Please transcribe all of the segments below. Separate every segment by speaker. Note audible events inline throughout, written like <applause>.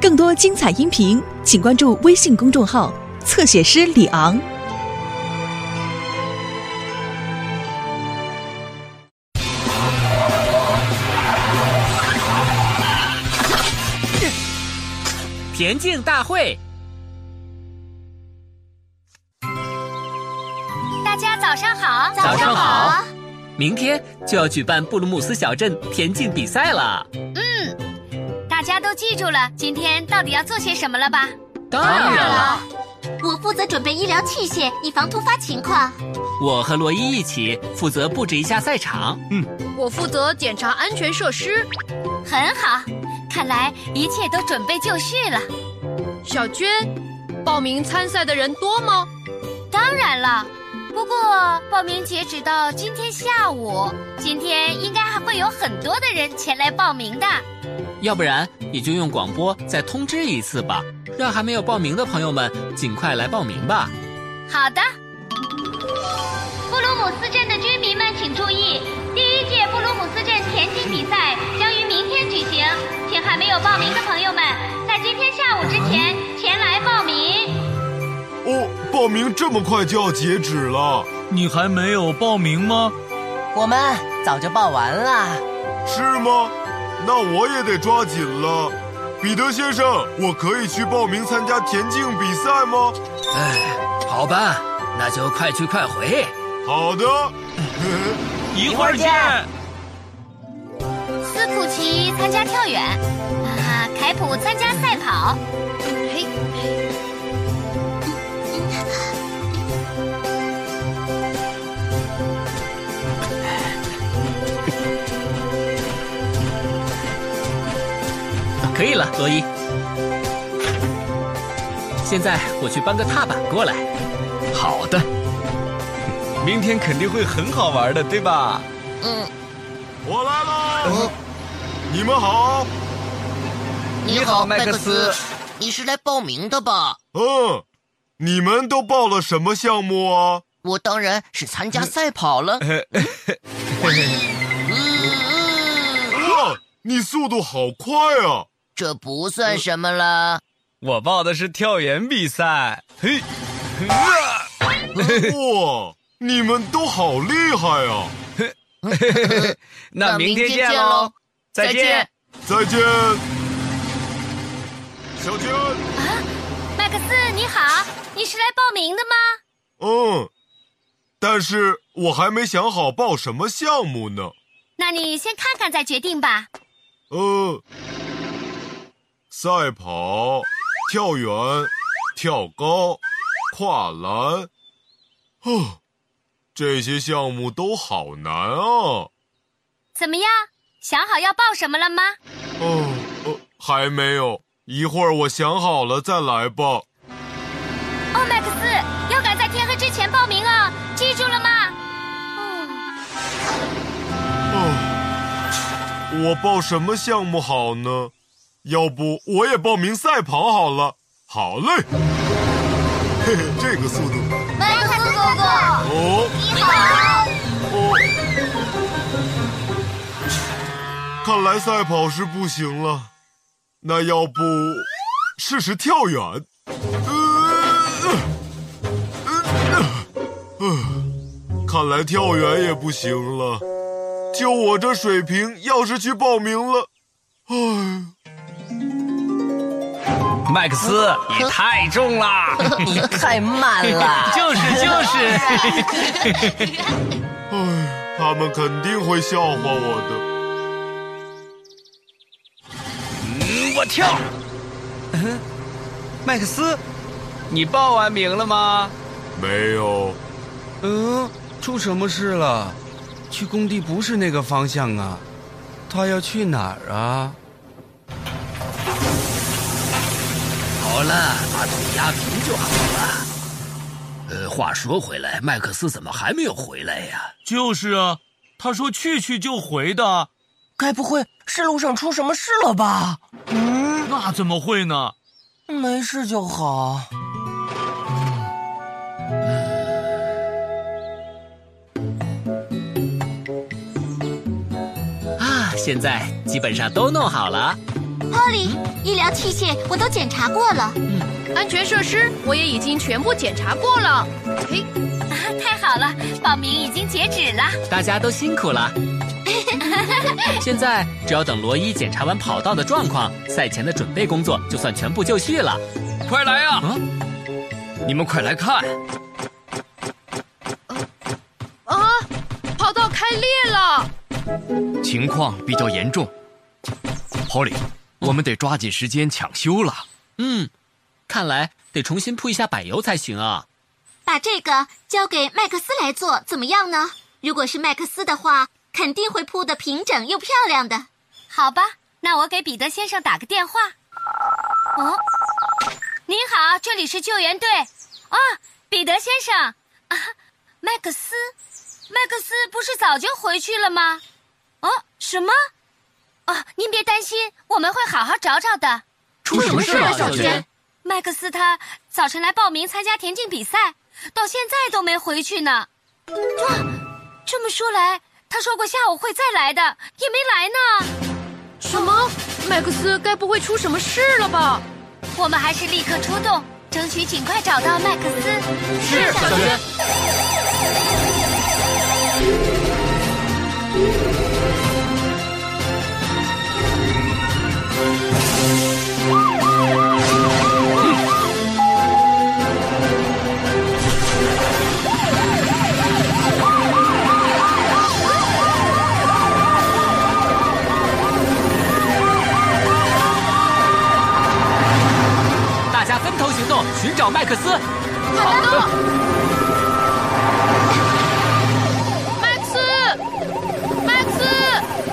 Speaker 1: 更多精彩音频，请关注微信公众号“侧写师李昂
Speaker 2: 田径大会，
Speaker 3: 大家早上好，
Speaker 2: 早上好。明天就要举办布鲁姆斯小镇田径比赛了。
Speaker 3: 大家都记住了今天到底要做些什么了吧？
Speaker 2: 当然了，
Speaker 4: 我负责准备医疗器械，以防突发情况。
Speaker 2: 我和罗伊一起负责布置一下赛场。
Speaker 5: 我负责检查安全设施，
Speaker 3: 很好，看来一切都准备就绪了。
Speaker 5: 小娟，报名参赛的人多吗？
Speaker 3: 当然了，不过报名截止到今天下午，今天应该还会有很多的人前来报名的。
Speaker 2: 要不然你就用广播再通知一次吧，让还没有报名的朋友们尽快来报名吧。
Speaker 3: 好的，
Speaker 4: 布鲁姆斯镇的居民们请注意，第一届布鲁姆斯镇田径比赛将于明天举行，请还没有报名的朋友们在今天下午之前前来报名。
Speaker 6: 哦，报名这么快就要截止了？
Speaker 7: 你还没有报名吗？
Speaker 8: 我们早就报完了。
Speaker 6: 是吗？那我也得抓紧了。彼得先生，我可以去报名参加田径比赛吗？
Speaker 2: 好吧，那就快去快回。
Speaker 6: 好的。
Speaker 7: 一
Speaker 8: 会儿见。
Speaker 3: 斯普奇参加跳远，啊，凯普参加赛跑，
Speaker 5: 嘿，
Speaker 2: 可以了，罗伊。现在我去搬个踏板过来。
Speaker 9: 好的，明天肯定会很好玩的，对吧？
Speaker 6: 我来了。你们好。
Speaker 8: 你
Speaker 9: 好麦克斯，
Speaker 8: 你是来报名的吧？
Speaker 6: 嗯，你们都报了什么项目啊？
Speaker 8: 我当然是参加赛
Speaker 9: <laughs>
Speaker 8: 跑了。嗯
Speaker 6: 哇，你速度好快啊！
Speaker 8: 这不算什么啦。
Speaker 9: 我报的是跳远比赛。嘿，
Speaker 6: 哇，你们都好厉害啊！
Speaker 9: 那明天见喽，再见。
Speaker 6: 再见。小娟，
Speaker 3: 麦克斯你好，你是来报名的吗？
Speaker 6: 嗯，但是我还没想好报什么项目呢。
Speaker 3: 那你先看看再决定吧。
Speaker 6: 呃，赛跑、跳远、跳高、跨栏，哦，这些项目都好难啊！
Speaker 3: 怎么样？想好要报什么了吗？
Speaker 6: 哦，呃，还没有，一会儿我想好了再来吧。
Speaker 3: 哦，麦克斯，要赶在天黑之前报名哦，记住了吗？嗯
Speaker 6: 哦，我报什么项目好呢？要不我也报名赛跑好了。好嘞，嘿嘿，这个速度，
Speaker 4: 麦克斯哥哥，
Speaker 6: 哦
Speaker 4: 你好，
Speaker 6: 哦，看来赛跑是不行了，那要不试试跳远？呃呃呃看来跳远也不行了，就我这水平，要是去报名了，唉。
Speaker 9: 麦克斯，你太重 <laughs> 了。
Speaker 8: 你 <laughs> 太慢了。
Speaker 9: 就是就是，
Speaker 6: 唉，他们肯定会笑话我的。
Speaker 9: 嗯，我跳。嗯麦克斯，你报完名了吗？
Speaker 6: 没有，
Speaker 9: 嗯，出什么事了？去工地不是那个方向啊，他要去哪儿啊？
Speaker 2: 好了，把腿压平就好了。呃，话说回来，麦克斯怎么还没有回来呀、
Speaker 7: 就是啊，他说去去就回的，
Speaker 8: 该不会是路上出什么事了吧？
Speaker 7: 嗯那怎么会呢？
Speaker 8: 没事就好。
Speaker 2: 啊，现在基本上都弄好了，
Speaker 10: Polly，医疗器械我都检查过了。
Speaker 5: 安全设施我也已经全部检查过了。嘿，
Speaker 3: 啊，太好了，报名已经截止了。
Speaker 2: 大家都辛苦了。 <laughs> 现在只要等罗伊检查完跑道的状况，赛前的准备工作就算全部就绪了。
Speaker 7: 快来呀、啊！你们快来看！
Speaker 5: 啊，跑道开裂了！
Speaker 11: 情况比较严重，Polly，我们得抓紧时间抢修了。
Speaker 2: 嗯，看来得重新铺一下柏油才行啊。
Speaker 10: 把这个交给麦克斯来做，怎么样呢？如果是麦克斯的话，肯定会铺的平整又漂亮的。
Speaker 3: 好吧，那我给彼得先生打个电话。哦，您好，这里是救援队。啊、哦，彼得先生，啊，麦克斯，麦克斯不是早就回去了吗？哦，什么？哦，您别担心，我们会好好找找的。
Speaker 2: 出什么事了、啊，小娟？
Speaker 3: 麦克斯他早晨来报名参加田径比赛，到现在都没回去呢。啊，这么说来，他说过下午会再来的，也没来
Speaker 5: 呢。什么？麦克斯该不会出什么事了吧？
Speaker 3: 我们还是立刻出动，争取尽快找到麦克斯。
Speaker 5: 是，小娟。
Speaker 2: 大家分头行动，寻找麦克斯。
Speaker 5: 好的。麦克斯，麦克斯，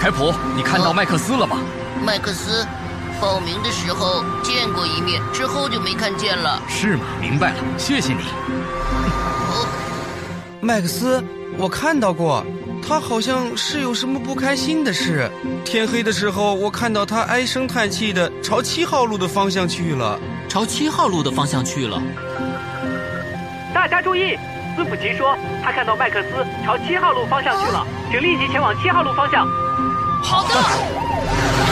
Speaker 11: 凯普，你看到麦克斯了吗？
Speaker 12: 麦克斯，报名的时候见过一面，之后就没看见了。
Speaker 11: 是吗？明白了，谢谢你。哦，
Speaker 9: 麦克斯，我看到过，他好像是有什么不开心的事。天黑的时候，我看到他唉声叹气的朝七号路的方向去了，
Speaker 2: 朝七号路的方向去了。
Speaker 13: 大家注意，斯普奇说他看到麦克斯朝七号路方向去了，请立即前往七号路方向。
Speaker 5: 好的。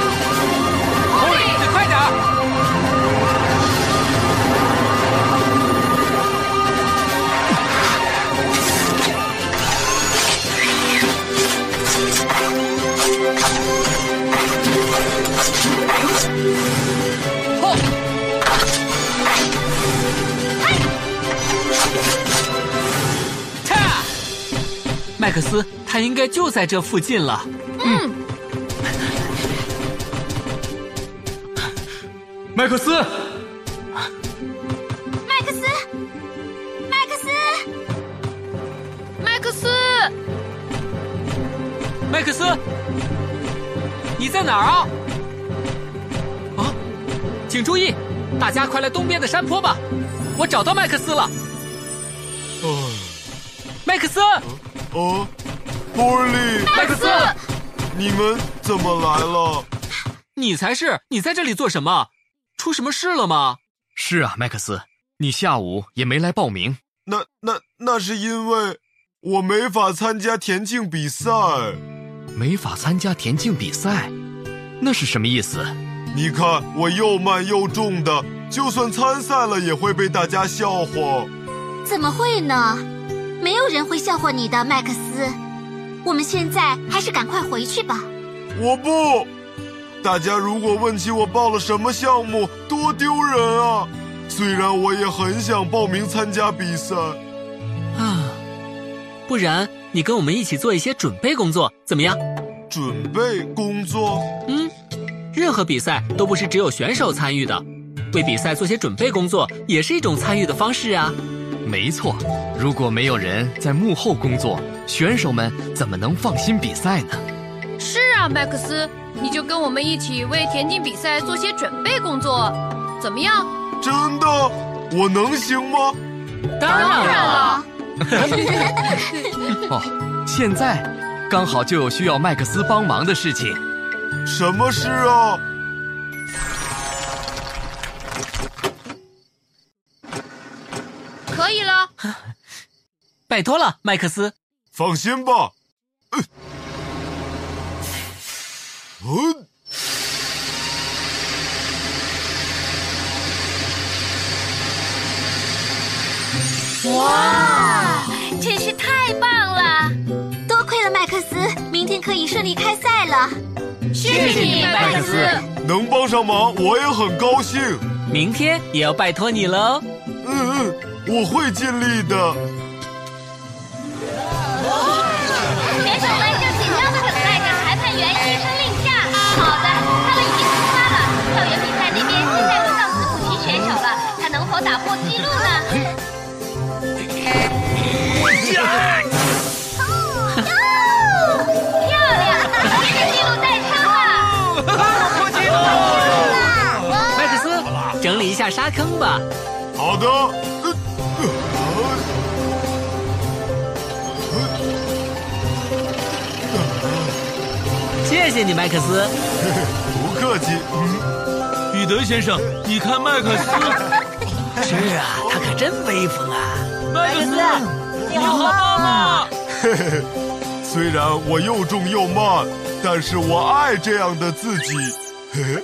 Speaker 7: 狐狸，你快点！
Speaker 2: 麦克斯，他应该就在这附近了。
Speaker 5: 嗯，
Speaker 11: 麦克斯，
Speaker 10: 麦克斯，麦克斯，
Speaker 5: 麦克斯，
Speaker 2: 麦克斯，你在哪儿啊？啊，请注意，大家快来东边的山坡吧！我找到麦克斯了。
Speaker 6: 哦，
Speaker 2: 麦克斯。
Speaker 6: 哦，波利，
Speaker 5: 麦克斯，
Speaker 6: 你们怎么来了？
Speaker 2: 你才是！你在这里做什么？出什么事了吗？
Speaker 11: 是啊，麦克斯，你下午也没来报名。
Speaker 6: 那、那、那是因为我没法参加田径比赛。
Speaker 11: 没法参加田径比赛，那是什么意思？
Speaker 6: 你看我又慢又重的，就算参赛了也会被大家笑话。
Speaker 10: 怎么会呢？没有人会笑话你的，麦克斯。我们现在还是赶快回去吧。
Speaker 6: 我不，大家如果问起我报了什么项目，多丢人啊！虽然我也很想报名参加比赛
Speaker 2: 啊，不然你跟我们一起做一些准备工作，怎么样？
Speaker 6: 准备工作？
Speaker 2: 嗯，任何比赛都不是只有选手参与的，为比赛做些准备工作也是一种参与的方式啊。
Speaker 11: 没错，如果没有人在幕后工作，选手们怎么能放心比赛呢？
Speaker 5: 是啊，麦克斯，你就跟我们一起为田径比赛做些准备工作，怎么样？
Speaker 6: 真的，我能行吗？
Speaker 5: 当然了。
Speaker 11: 哦，现在刚好就有需要麦克斯帮忙的事情。
Speaker 6: 什么事啊？
Speaker 5: 可以了，
Speaker 2: 拜托了，麦克斯，
Speaker 6: 放心吧。嗯、呃呃，
Speaker 14: 哇，真是太棒了！
Speaker 3: 多亏了麦克斯，明天可以顺利开赛了。
Speaker 10: 谢谢你，麦克斯。
Speaker 6: 能帮上忙，我也很高兴。
Speaker 2: 明天也要拜托你喽。
Speaker 6: 嗯嗯，我会尽力的。
Speaker 3: 选手们正紧张的等待着裁判员一声令下。好的，他们已经出发了。校园比赛那边现在轮到斯普奇选手了，他能否打破记录呢？哦啊
Speaker 2: 麦克斯，整理一下沙坑吧。
Speaker 6: 好的。呃
Speaker 2: 谢谢你，麦克斯。
Speaker 6: 不客气。嗯
Speaker 9: 彼得先生，你看麦克斯。
Speaker 15: 是啊，他可真威风啊！
Speaker 9: 麦克斯，你好棒啊！
Speaker 6: 嘿嘿，虽然我又重又慢，但是我爱这样的自己。嘿嘿。